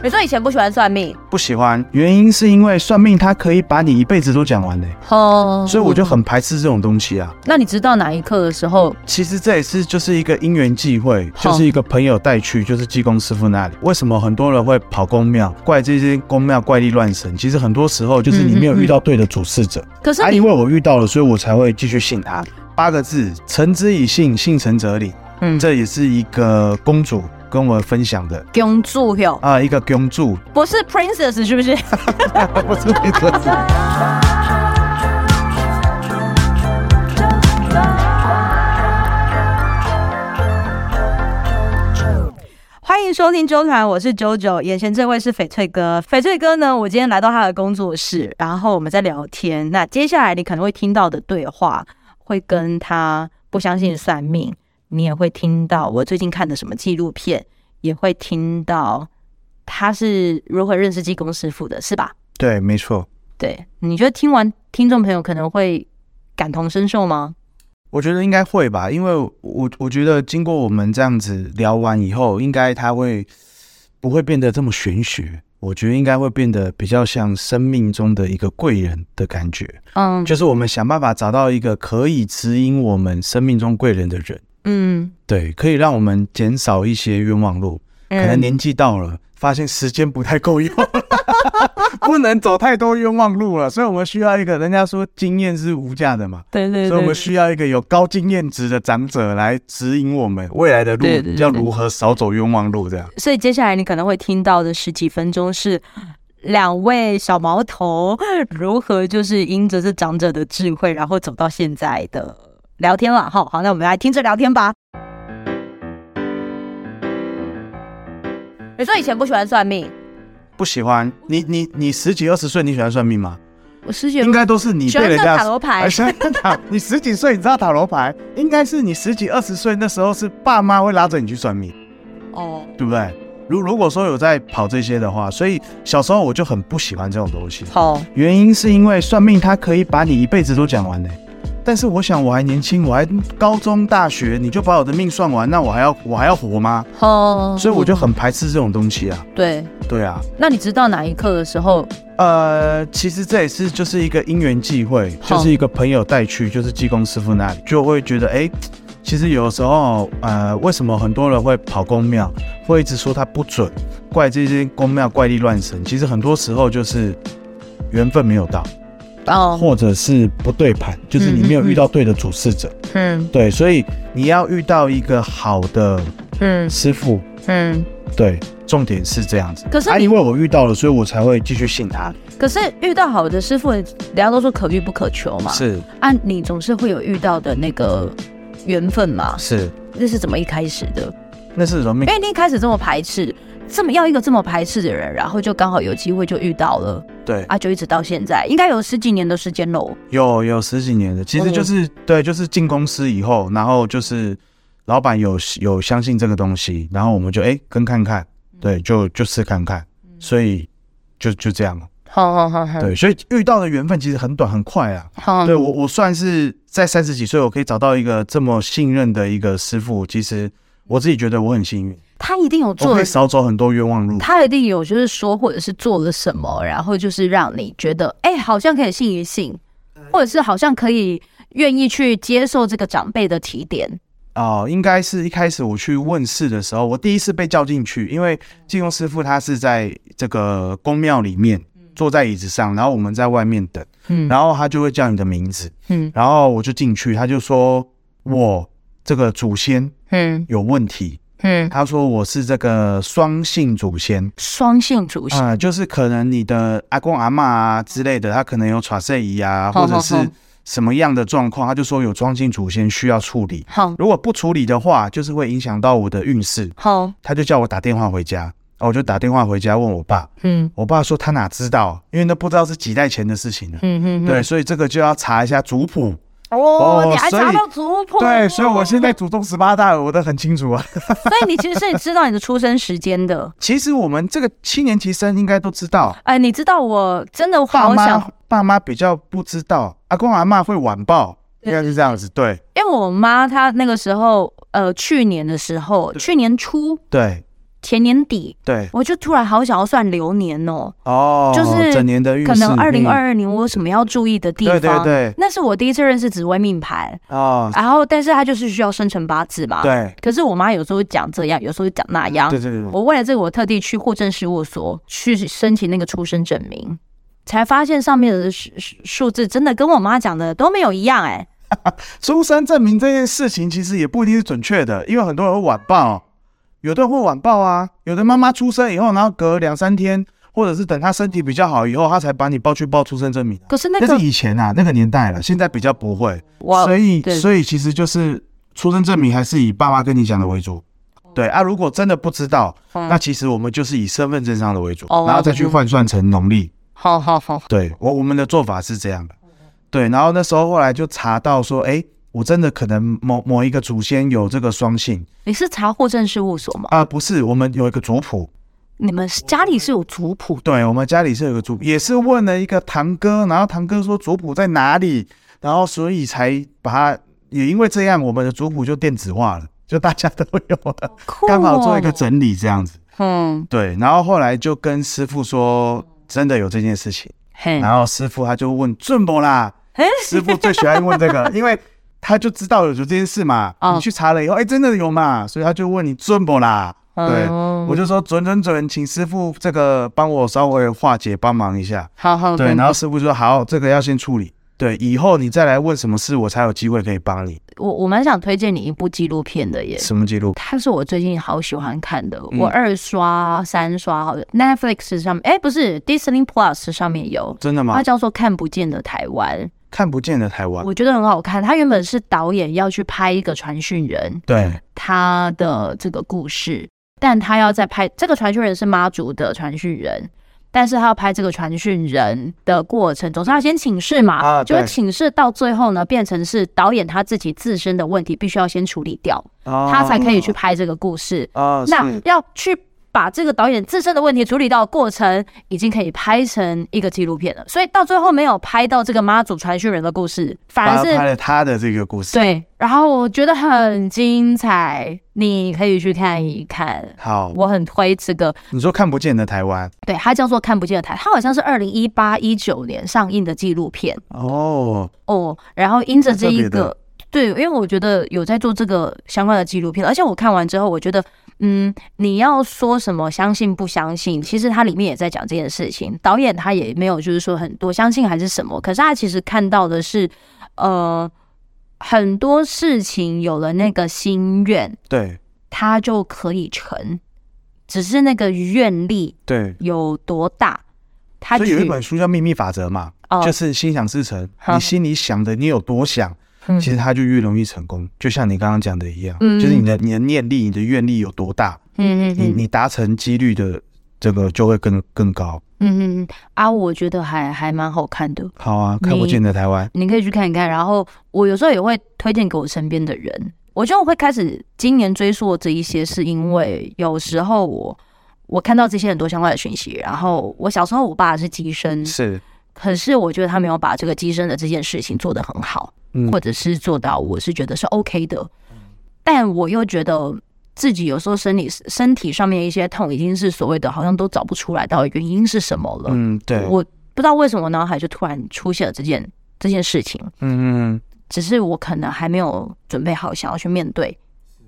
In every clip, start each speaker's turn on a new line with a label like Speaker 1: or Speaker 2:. Speaker 1: 你说以前不喜欢算命，
Speaker 2: 不喜欢，原因是因为算命它可以把你一辈子都讲完嘞、
Speaker 1: 哦，
Speaker 2: 所以我就很排斥这种东西啊。
Speaker 1: 那你知道哪一刻的时候，
Speaker 2: 其实这也是就是一个因缘际会，
Speaker 1: 好
Speaker 2: 就是一个朋友带去，就是济公师傅那里。为什么很多人会跑公庙，怪这些公庙怪力乱神？其实很多时候就是你没有遇到对的主事者，
Speaker 1: 可是
Speaker 2: 啊，
Speaker 1: 嗯你
Speaker 2: 因为我遇到了，所以我才会继续信他。八个字：诚之以信，信诚则灵。
Speaker 1: 嗯
Speaker 2: 这也是一个公主跟我分享的
Speaker 1: 公主哟，
Speaker 2: 啊，一个公主，
Speaker 1: 不是 princess 是不是？
Speaker 2: 不是一个字。
Speaker 1: 欢迎收听周团，我是九九。眼前这位是翡翠哥，翡翠哥呢，我今天来到他的工作室，然后我们在聊天。那接下来你可能会听到的对话，会跟他不相信算命，你也会听到我最近看的什么纪录片，也会听到他是如何认识济公师傅的，是吧？
Speaker 2: 对，没错。
Speaker 1: 对，你觉得听完听众朋友可能会感同身受吗？
Speaker 2: 我觉得应该会吧，因为我我觉得经过我们这样子聊完以后，应该它会不会变得这么玄学？我觉得应该会变得比较像生命中的一个贵人的感觉，
Speaker 1: 嗯
Speaker 2: 就是我们想办法找到一个可以指引我们生命中贵人的人，
Speaker 1: 嗯，
Speaker 2: 对，可以让我们减少一些冤枉路。
Speaker 1: 可
Speaker 2: 可能年纪到了，发现时间不太够用， 不能走太多冤枉路了，所以我们需要一个人家说经验是无价的嘛，
Speaker 1: 对对
Speaker 2: 所以我
Speaker 1: 对
Speaker 2: 们，需要一个有高经验值的长者来指引我们未来的路
Speaker 1: 对对对
Speaker 2: 要如何少走冤枉路。这样，
Speaker 1: 所以接下来你可能会听到的十几分钟是两位小毛头如何就是因着这长者的智慧，然后走到现在的聊天了。好，好，那我们来听着聊天吧。你说欸以前不喜欢算命，
Speaker 2: 不喜欢你，你你十几二十岁，你喜欢算命吗？
Speaker 1: 我师姐
Speaker 2: 应该都是你
Speaker 1: 喜
Speaker 2: 被
Speaker 1: 欢
Speaker 2: 人
Speaker 1: 算
Speaker 2: 家
Speaker 1: 塔罗牌
Speaker 2: 哎， 喜欢看塔。你十几岁你知道塔罗牌，应该是你十几二十岁那时候是爸妈会拉着你去算命。
Speaker 1: 哦，
Speaker 2: 对不对？如如果说有在跑这些的话，所以小时候我就很不喜欢这种东西。
Speaker 1: 好，
Speaker 2: 原因是因为算命它可以把你一辈子都讲完嘞、但是我想我还年轻，我还高中大学，你就把我的命算完，那我还要我还要活吗？
Speaker 1: 好，
Speaker 2: 所以我就很排斥这种东西啊。
Speaker 1: 哦对。
Speaker 2: 对啊，
Speaker 1: 那你知道哪一刻的时候，
Speaker 2: 呃，其实这也是就是一个因缘际会，
Speaker 1: 好
Speaker 2: 就是一个朋友带去，就是济公师傅那里，就会觉得哎、诶其实有时候呃，为什么很多人会跑公庙，会一直说它不准，怪这些公庙怪力乱神？其实很多时候就是缘分没有到，
Speaker 1: 哦，
Speaker 2: 或者是不对盘，就是你没有遇到对的主事者。
Speaker 1: 嗯
Speaker 2: 对，所以你要遇到一个好的
Speaker 1: 嗯
Speaker 2: 师傅，
Speaker 1: 嗯，
Speaker 2: 对，重点是这样子。
Speaker 1: 可是
Speaker 2: 啊，
Speaker 1: 你
Speaker 2: 因为我遇到了，所以我才会继续信他。
Speaker 1: 可是遇到好的师傅，人家都说可遇不可求嘛。
Speaker 2: 是
Speaker 1: 啊，你总是会有遇到的那个缘分嘛？
Speaker 2: 是，
Speaker 1: 那是怎么一开始的？
Speaker 2: 那是什么命
Speaker 1: 因？为你一开始这么排斥，这么要一个这么排斥的人，然后就刚好有机会就遇到了
Speaker 2: 对，
Speaker 1: 啊，就一直到现在，应该有十几年的时间喽。
Speaker 2: 有有十几年的，其实就是、对，就是进公司以后，然后就是老板有有相信这个东西，然后我们就哎、跟看看，对，就就试看看，所以就就这样了。
Speaker 1: 好好好好
Speaker 2: 对，所以遇到的缘分其实很短很快啊。
Speaker 1: 好
Speaker 2: 对我我算是在三十几岁，我可以找到一个这么信任的一个师傅，其实我自己觉得我很幸运，
Speaker 1: 他一定有做
Speaker 2: 我可
Speaker 1: 了
Speaker 2: 以，少走很多冤枉路。
Speaker 1: 他一定有就是说或者是做了什么，然后就是让你觉得，哎、好像可以信一信，或者是好像可以愿意去接受这个长辈的提点。
Speaker 2: 哦，应该是一开始我去问世的时候，我第一次被叫进去，因为济公师傅他是在这个宫庙里面坐在椅子上，然后我们在外面等，
Speaker 1: 嗯
Speaker 2: 然后他就会叫你的名字，
Speaker 1: 嗯
Speaker 2: 然后我就进去，他就说我这个祖先
Speaker 1: 嗯
Speaker 2: 有问题，
Speaker 1: 嗯，
Speaker 2: 他说我是这个双姓祖先。
Speaker 1: 双性主性。
Speaker 2: 啊、就是可能你的阿公阿嬷啊之类的，他可能有喘塞仪啊，
Speaker 1: 好
Speaker 2: 或者
Speaker 1: 好
Speaker 2: 是
Speaker 1: 好
Speaker 2: 什么样的状况，他就说有庄姓祖先需要处理。
Speaker 1: 好
Speaker 2: 如果不处理的话，就是会影响到我的运势。
Speaker 1: 好，
Speaker 2: 他就叫我打电话回家，啊，我就打电话回家问我爸，
Speaker 1: 嗯
Speaker 2: 我爸说他哪知道，因为那不知道是几代前的事情了。
Speaker 1: 嗯嗯，
Speaker 2: 对，所以这个就要查一下族谱。
Speaker 1: 哦，你还
Speaker 2: 所以
Speaker 1: 查到族谱？
Speaker 2: 对，所以我现在祖宗十八代了我都很清楚啊。
Speaker 1: 所以你其实是知道你的出生时间的。
Speaker 2: 其实我们这个七年级生应该都知道，
Speaker 1: 哎，你知道我真的
Speaker 2: 爸
Speaker 1: 好想
Speaker 2: 妈，爸妈比较不知道，阿公阿嬷会晚报，应该是这样子。对
Speaker 1: 因为我妈她那个时候，呃，去年的时候，去年初
Speaker 2: 对，
Speaker 1: 前年底，
Speaker 2: 对，
Speaker 1: 我就突然好想要算流年哦，
Speaker 2: 哦，
Speaker 1: 就是
Speaker 2: 整年的运势，
Speaker 1: 可能二零二
Speaker 2: 嗯
Speaker 1: 二年我有什么要注意的地
Speaker 2: 对
Speaker 1: 方？
Speaker 2: 对对，
Speaker 1: 那是我第一次认识紫微命盘，
Speaker 2: 哦，
Speaker 1: 然后但是它就是需要生辰八字嘛。。
Speaker 2: 对，
Speaker 1: 可是我妈有时候讲这样，有时候讲那样。
Speaker 2: 对对对，
Speaker 1: 我为了这个，我特地去户政事务所去申请那个出生证明，才发现上面的数数数字真的跟我妈讲的都没有一样哎、
Speaker 2: 出生证明这件事情其实也不一定是准确的，因为很多人会晚报，有的人会晚报啊，有的妈妈出生以后，然后隔两三天，或者是等她身体比较好以后，她才把你报去报出生证明。
Speaker 1: 可是那
Speaker 2: 那
Speaker 1: 个
Speaker 2: 是以前啊，那个年代了，现在比较不会，
Speaker 1: 我
Speaker 2: 所以
Speaker 1: 对
Speaker 2: 所以其实就是出生证明还是以爸妈跟你讲的为主。对啊，如果真的不知道，
Speaker 1: 哦嗯
Speaker 2: 那其实我们就是以身份证上的为主，
Speaker 1: 哦
Speaker 2: 然后再去
Speaker 1: 嗯
Speaker 2: 换算成农历。
Speaker 1: 好好好，
Speaker 2: 对我我们的做法是这样的，
Speaker 1: 嗯
Speaker 2: 对，然后那时候后来就查到说，哎，我真的可能某某一个祖先有这个双姓
Speaker 1: 你是查户政事务所吗？
Speaker 2: 啊、不是，我们有一个族谱，
Speaker 1: 你们是家里是有族谱
Speaker 2: 对我们家里是有个族，也是问了一个堂哥，然后堂哥说族谱在哪里，然后所以才把它，也因为这样，我们的族谱就电子化了， 就大家都有了，
Speaker 1: 库、哦，
Speaker 2: 刚好做一个整理这样子，
Speaker 1: 嗯
Speaker 2: 对，然后后来就跟师傅说，真的有这件事情，
Speaker 1: 嘿，
Speaker 2: 然后师傅他就问准 不啦。
Speaker 1: 哎
Speaker 2: 师傅最喜欢问这个，因 为他就知道有这件事嘛。
Speaker 1: 哦
Speaker 2: 你去查了以后，哎、真的有嘛，所以他就问你准不啦？
Speaker 1: 哦
Speaker 2: 对，我就说准准准，请师傅这个帮我稍微化解帮忙一下。
Speaker 1: 好好
Speaker 2: 对，然
Speaker 1: 后
Speaker 2: 后师傅说好，这个要先处理。对，以后你再来问什么事，我才有机会可以帮你。
Speaker 1: 我我蛮想推荐你一部纪录片的耶。
Speaker 2: 什么记录？
Speaker 1: 它是我最近好喜欢看的，
Speaker 2: 嗯
Speaker 1: 我二刷、三刷，好像 Netflix 上面，哎、不是 Disney Plus 上面有，
Speaker 2: 真的吗
Speaker 1: 它？叫做《看不见的台湾
Speaker 2: 看不见的台》，湾。
Speaker 1: 啊我觉得很好看。它原本是导演要去拍一个传讯人
Speaker 2: 对，
Speaker 1: 他的这个故事，但他要在拍这个传讯人是妈祖的传讯人，但是他要拍这个传讯人的过程，总是要先请示嘛，
Speaker 2: 啊
Speaker 1: 就是
Speaker 2: 对
Speaker 1: 请示到最后呢，变成是导演他自己自身的问题必须要先处理掉，他
Speaker 2: 他
Speaker 1: 才可以去拍这个故事。
Speaker 2: 啊。
Speaker 1: 那
Speaker 2: 是
Speaker 1: 要去把这个导演自身的问题处理到的过程，已经可以拍成一个纪录片了。所以到最后没有拍到这个妈祖传讯人的故事，反
Speaker 2: 他
Speaker 1: 而是
Speaker 2: 啊拍了他的这个故事。
Speaker 1: 对，然后我觉得很精彩，你可以去看一看。
Speaker 2: 好，
Speaker 1: 我很推这个，
Speaker 2: 你说看不见的台湾
Speaker 1: 对，它叫做《看不见的台》，它好像是二零一八一九年上映的纪录片
Speaker 2: 哦，
Speaker 1: 哦。然后因着这一
Speaker 2: 蛮特别
Speaker 1: 个
Speaker 2: 的，
Speaker 1: 对，因为我觉得有在做这个相关的纪录片，而且我看完之后，我觉得，嗯，你要说什么相信不相信，其实它里面也在讲这件事情。导演他也没有就是说很多相信还是什么，可是他其实看到的是，呃，很多事情有了那个心愿，
Speaker 2: 对
Speaker 1: 它就可以成，只是那个愿力
Speaker 2: 对。
Speaker 1: 有多大，它
Speaker 2: 所以有一
Speaker 1: 去
Speaker 2: 本书叫《秘密法则》嘛，
Speaker 1: 哦
Speaker 2: 就是心想事成。
Speaker 1: 好
Speaker 2: 你心里想的，你有多想，
Speaker 1: 嗯
Speaker 2: 其实它就越容易成功。就像你刚刚讲的一样，
Speaker 1: 嗯
Speaker 2: 就是你的你的念力、你的愿力有多大，
Speaker 1: 嗯嗯
Speaker 2: 你
Speaker 1: 嗯
Speaker 2: 你达成几率的这个就会更更高。
Speaker 1: 嗯嗯嗯啊，我觉得还还蛮好看的，
Speaker 2: 好啊，
Speaker 1: 你
Speaker 2: 看不见的台湾，
Speaker 1: 你可以去看一看。然后我有时候也会推荐给我身边的人，我觉得我会开始今年追溯这一些，是因为有时候我我看到这些很多相关的讯息，然后我小时候我爸是机身，
Speaker 2: 是
Speaker 1: 可是我觉得他没有把这个机身的这件事情做得很好，
Speaker 2: 嗯
Speaker 1: 或者是做到我是觉得是 OK 的，但我又觉得自己有时候身体身体上面一些痛，已经是所谓的好像都找不出来到底原因是什么了。
Speaker 2: 嗯，对，嗯
Speaker 1: 我不知道为什么我脑海就突然出现了这件这件事情，
Speaker 2: 嗯嗯，
Speaker 1: 只是我可能还没有准备好想要去面对，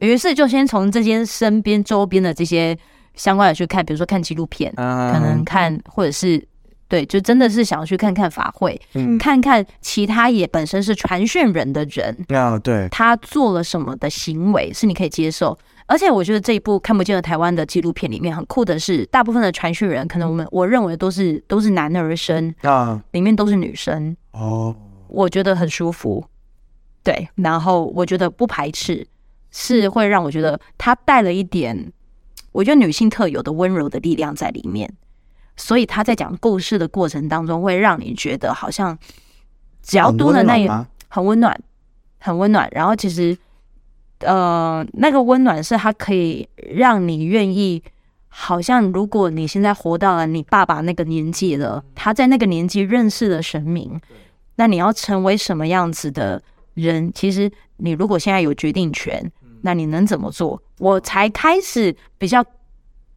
Speaker 1: 于是就先从这些身边周边的这些相关的去看，比如说看纪录片，
Speaker 2: 啊
Speaker 1: 可能看或者是。对，就真的是想要去看看法会，
Speaker 2: 嗯
Speaker 1: 看看其他也本身是传讯人的人，
Speaker 2: 啊，对，
Speaker 1: 他做了什么的行为是你可以接受。而且我觉得这一部看不见的台湾的纪录片里面很酷的是，大部分的传讯人可能我们我认为都是都是男儿身，
Speaker 2: 啊，
Speaker 1: 里面都是女生，
Speaker 2: 哦，
Speaker 1: 我觉得很舒服。对，然后我觉得不排斥，是会让我觉得它带了一点，我觉得女性特有的温柔的力量在里面。所以他在讲故事的过程当中，会让你觉得好像只要
Speaker 2: 很
Speaker 1: 多
Speaker 2: 温
Speaker 1: 了那
Speaker 2: 暖
Speaker 1: 一
Speaker 2: 吗
Speaker 1: 很温暖，很温暖。然后其实，呃，那个温暖是它可以让你愿意，好像如果你现在活到了你爸爸那个年纪了，他在那个年纪认识了神明，那你要成为什么样子的人？其实你如果现在有决定权，那你能怎么做？我才开始比较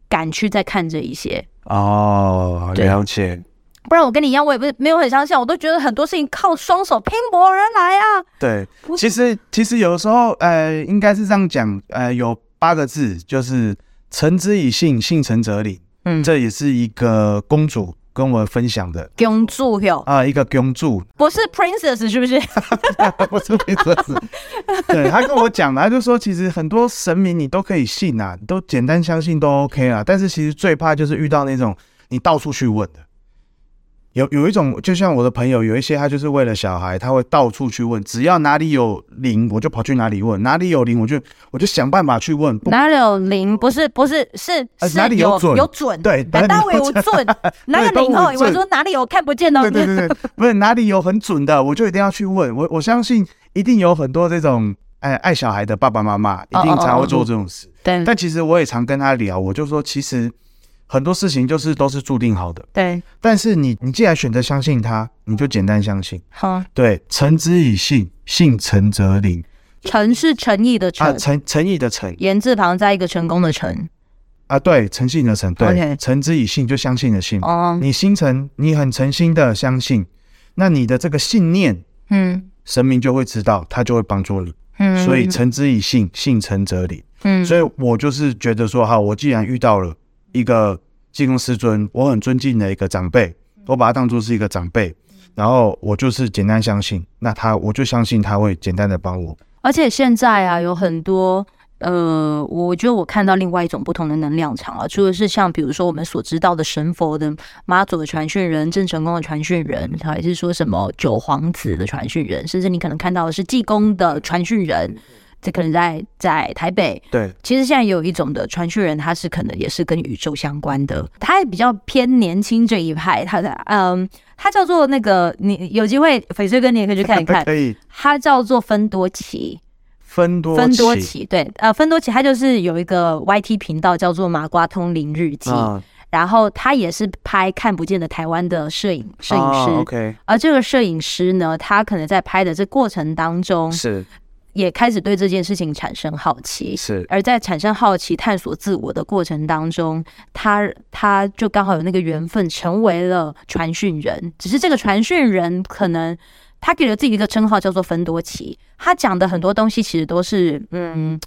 Speaker 1: 敢去再看这一些。
Speaker 2: 哦，
Speaker 1: 对
Speaker 2: 了解，
Speaker 1: 不然我跟你一样，我也不是没有很相信，我都觉得很多事情靠双手拼搏而来啊。
Speaker 2: 对
Speaker 1: 不，
Speaker 2: 其实其实有时候，呃，应该是这样讲，呃，有八个字，就是“诚之以信，信诚则灵”。
Speaker 1: 嗯，
Speaker 2: 这也是一个公主跟我分享的
Speaker 1: 公主哟，
Speaker 2: 啊、一个公主，
Speaker 1: 不是 princess 是不是？
Speaker 2: 不是被车 子。对她跟我讲的，她就说，其实很多神明你都可以信啊，你都简单相信都 OK 啊。但是其实最怕就是遇到那种你到处去问的。有有一种，就像我的朋友，有一些他就是为了小孩，他会到处去问，只要哪里有灵，我就跑去哪里问；哪里有灵，我就我就想办法去问。不
Speaker 1: 哪里有零？不是不是是
Speaker 2: 呃
Speaker 1: 是
Speaker 2: 哪里有准
Speaker 1: 有准
Speaker 2: 对
Speaker 1: 哪
Speaker 2: 哪里
Speaker 1: 里
Speaker 2: 有
Speaker 1: 有 准？哪个
Speaker 2: 都
Speaker 1: 零
Speaker 2: 有
Speaker 1: 哦？我
Speaker 2: 准
Speaker 1: 说哪里有看不见的？哦
Speaker 2: 对对对对，不是哪里有很准的，我就一定要去问。我我相信一定有很多这种哎爱小孩的爸爸妈妈，一
Speaker 1: 哦
Speaker 2: 定常会做这种事。
Speaker 1: 对
Speaker 2: 但其实我也常跟他聊，我就说其实很多事情就是都是注定好的，
Speaker 1: 对，
Speaker 2: 但是你你既然选择相信他，你就简单相信。
Speaker 1: 好，
Speaker 2: 对，诚之以信，信诚则灵
Speaker 1: 诚是嗯诚意的
Speaker 2: 啊，
Speaker 1: 诚，
Speaker 2: 诚诚意的诚
Speaker 1: 言字旁加一个成功的成。
Speaker 2: 啊，对，诚信的诚，对
Speaker 1: OK，
Speaker 2: 诚之以信就相信的信。
Speaker 1: 哦，
Speaker 2: 你心诚，你很诚心的相信，那你的这个信念，
Speaker 1: 嗯
Speaker 2: 神明就会知道，他就会帮助你。
Speaker 1: 嗯，
Speaker 2: 所以诚之以信，信诚则灵。
Speaker 1: 嗯
Speaker 2: 所以我就是觉得说，哈，我既然遇到了一个济公师尊，我很尊敬的一个长
Speaker 1: 嗯
Speaker 2: 辈，我把他当做是一个长辈，然后我就是简单相信，那他我就相信他会简单的帮我。
Speaker 1: 而且现在啊，有很多呃，我觉得我看到另外一种不同的能量场啊，除了是像比如说我们所知道的神佛的妈祖的传讯人、郑成功的传讯人，还是说什么九皇子的传讯人，甚至你可能看到的是济公的传讯人。这可能在在台北，
Speaker 2: 对，
Speaker 1: 其实现在有一种的传讯人，他是可能也是跟宇宙相关的，他也比较偏年轻这一派，他的嗯，他叫做那个你有机会翡翠哥你也可以去看一 看，
Speaker 2: 可以
Speaker 1: 他叫做芬多奇，
Speaker 2: 分多
Speaker 1: 芬多
Speaker 2: 起
Speaker 1: 奇，对，呃，芬多奇他就是有一个 YT 频道叫做《麻瓜通灵日记》
Speaker 2: 啊，
Speaker 1: 然后他也是拍看不见的台湾的摄影摄影师，
Speaker 2: 啊 OK，
Speaker 1: 而这个摄影师呢，他可能在拍的这过程当中，
Speaker 2: 是
Speaker 1: 也开始对这件事情产生好奇。
Speaker 2: 是
Speaker 1: 而在产生好奇、探索自我的过程当中，他他就刚好有那个缘分，成为了传讯人。只是这个传讯人可能他给了自己一个称号叫做芬多奇，他讲的很多东西其实都是，嗯，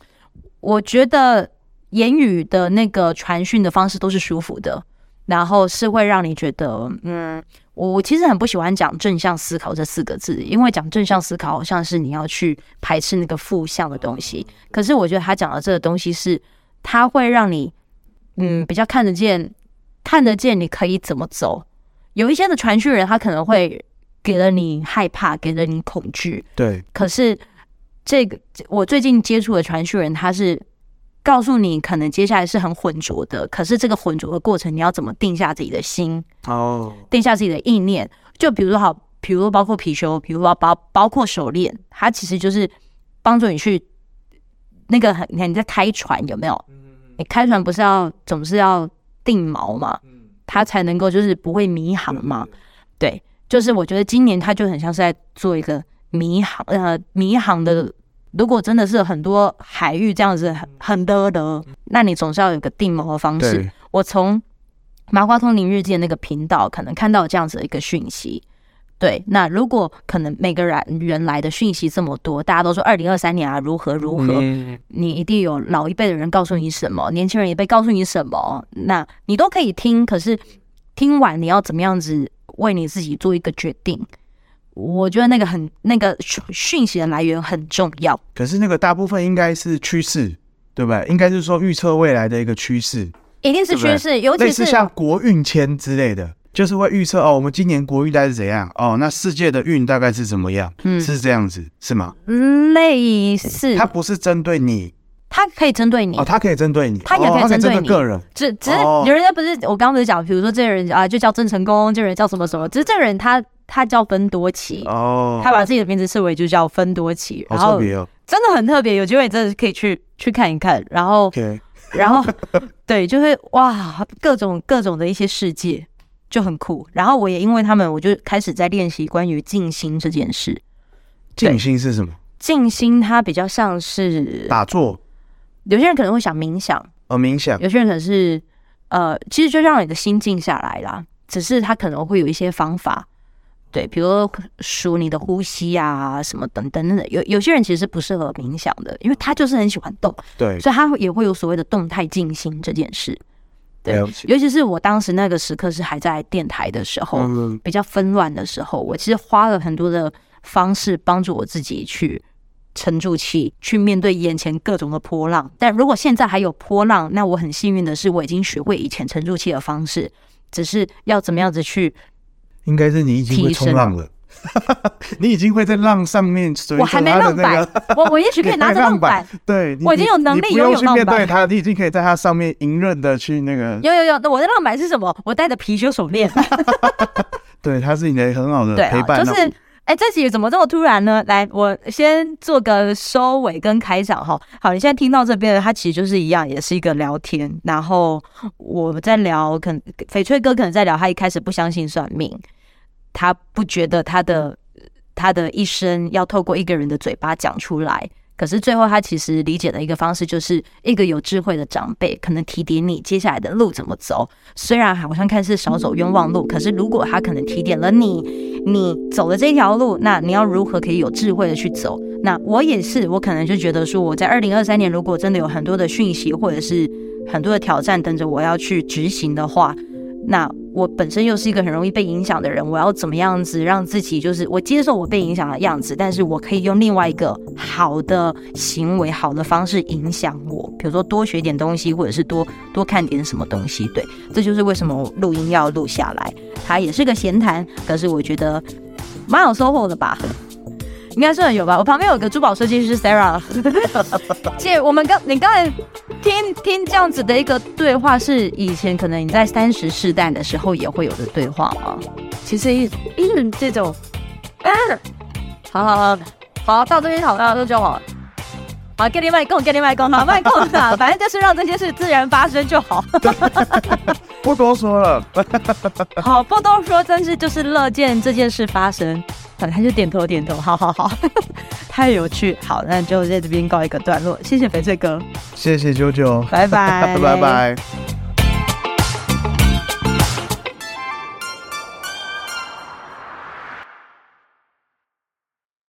Speaker 1: 我觉得言语的那个传讯的方式都是舒服的，然后是会让你觉得，嗯。我我其实很不喜欢讲正向思考这四个字，因为讲正向思考好像是你要去排斥那个负向的东西。可是我觉得他讲的这个东西是，他会让你嗯比较看得见，看得见你可以怎么走。有一些的传讯人，他可能会给了你害怕，给了你恐惧。
Speaker 2: 对
Speaker 1: 可是这个我最近接触的传讯人，他是告诉你可能接下来是很浑浊的，可是这个浑浊的过程，你要怎么定下自己的心，
Speaker 2: 哦，
Speaker 1: 定下自己的意念？就比如说好，比如说包括貔貅，比如说包包括手链，它其实就是帮助你去那个很，你看你在开船有没有？你开船不是要总是要定锚嘛，它才能够就是不会迷航嘛。对，就是我觉得今年它就很像是在做一个迷航，呃，迷航的。如果真的是很多海域这样子很很的的，那你总是要有个定锚的方式。
Speaker 2: 对
Speaker 1: 我从麻瓜通灵日记的那个频道可能看到这样子的一个讯息。对，那如果可能每个人人来的讯息这么多，大家都说二零二三年啊如何如
Speaker 2: 嗯
Speaker 1: 何，你一定有老一辈的人告诉你什么，年轻人也被告诉你什么，那你都可以听。可是听完你要怎么样子为你自己做一个决定？我觉得那个很那个讯讯息的来源很重要。
Speaker 2: 可是那个大部分应该是趋势，对不对？应该是说预测未来的一个趋势，
Speaker 1: 一定是
Speaker 2: 对不对
Speaker 1: 趋势，尤
Speaker 2: 类
Speaker 1: 其
Speaker 2: 似
Speaker 1: 是
Speaker 2: 像国运签之类的，就是会预测哦，我们今年国运大概是怎样哦，那世界的运大概是怎么样，
Speaker 1: 嗯
Speaker 2: 是这样子是吗？
Speaker 1: 类似，
Speaker 2: 它不是针对你
Speaker 1: 它可以针对你
Speaker 2: 哦，它可以针对你，
Speaker 1: 它也
Speaker 2: 哦
Speaker 1: 可以针对你
Speaker 2: 个人
Speaker 1: 只只是
Speaker 2: 哦
Speaker 1: 有人家不是我刚刚不是讲，比如说这个人啊就叫郑成功，这个人叫什么什么，只是这个人他他叫芬多奇，
Speaker 2: 哦
Speaker 1: 他，把自己的名字视为就叫芬多奇，
Speaker 2: 好
Speaker 1: 然
Speaker 2: 特
Speaker 1: 后
Speaker 2: 别哦。
Speaker 1: 真的很特别，有机会真的是可以去去看一看，然后
Speaker 2: OK，
Speaker 1: 然后对，就会哇各种各种的一些世界就很酷，然后我也因为他们，我就开始在练习关于静心这件事。
Speaker 2: 静心是什么？
Speaker 1: 静心它比较像是
Speaker 2: 打坐
Speaker 1: 有些人可能会想冥想，
Speaker 2: 呃冥想
Speaker 1: 有些人可能是呃，其实就让你的心静下来啦。只是它可能会有一些方法，对，比如说数你的呼吸啊，什么等等等等。有有些人其实不适合冥想的，因为他就是很喜欢动，
Speaker 2: 对，
Speaker 1: 所以他也会有所谓的动态静心这件事。对
Speaker 2: 了解，
Speaker 1: 尤其是我当时那个时刻是还在电台的时候，
Speaker 2: 嗯，
Speaker 1: 比较纷乱的时候，我其实花了很多的方式帮助我自己去沉住气，去面对眼前各种的波浪。但如果现在还有波浪，那我很幸运的是，我已经学会以前沉住气的方式，只是要怎么样子去，
Speaker 2: 应该是你已经会冲浪了， 你已经会在浪上面随
Speaker 1: 我
Speaker 2: 着
Speaker 1: 还
Speaker 2: 它
Speaker 1: 没
Speaker 2: 的
Speaker 1: 浪
Speaker 2: 那
Speaker 1: 板
Speaker 2: 个。，
Speaker 1: 我我也许可以拿着浪 板，
Speaker 2: 对，你
Speaker 1: 我已经有能力
Speaker 2: 你不用
Speaker 1: 拥有
Speaker 2: 去
Speaker 1: 浪
Speaker 2: 面对
Speaker 1: 板
Speaker 2: 它，你已经可以在它上面迎刃的去那个，
Speaker 1: 有有有，那我的浪板是什么？我戴的貔貅手链。
Speaker 2: 对，它是你的很好的
Speaker 1: 对
Speaker 2: 陪
Speaker 1: 啊，
Speaker 2: 伴。哦
Speaker 1: 就是哎、这集怎么这么突然呢？来，我先做个收尾跟开场哈。好，你现在听到这边，它其实就是一样，也是一个聊天。然后我们在聊，可能翡翠哥可能在聊，他一开始不相信算命，他不觉得他的他的一生要透过一个人的嘴巴讲出来。可是最后，他其实理解的一个方式，就是一个有智慧的长辈可能提点你接下来的路怎么走。虽然好像看似少走冤枉路，可是如果他可能提点了你，你走的这条路，那你要如何可以有智慧的去走？那我也是，我可能就觉得说，我在二零二三年如果真的有很多的讯息或者是很多的挑战等着我要去执行的话，那我本身又是一个很容易被影响的人，我要怎么样子让自己就是我接受我被影响的样子，但是我可以用另外一个好的行为、好的方式影响我，比如说多学点东西，或者是多多看点什么东西。对，这就是为什么我录音要录下来，它也是个闲谈，可是我觉得蛮有收获的吧。应该算有吧，我旁边有个珠宝设计师 Sarah，姐，我们刚你刚才听听这样子的一个对话，是以前可能你在三十世代的时候也会有的对话吗？
Speaker 3: 其实一嗯这种
Speaker 1: 好好好，好到这边好，到这就好了。好，跟你麦共，跟你麦共，好麦共的，反正就是让这件事自然发生就好。
Speaker 2: 不多说了，
Speaker 1: 好，不多说，但是就是乐见这件事发生。好，他就点头点头，好 好好，太有趣。好，那就在这边告一个段落，谢谢翡翠哥，
Speaker 2: 谢谢九九，
Speaker 1: 拜拜，
Speaker 2: 拜拜。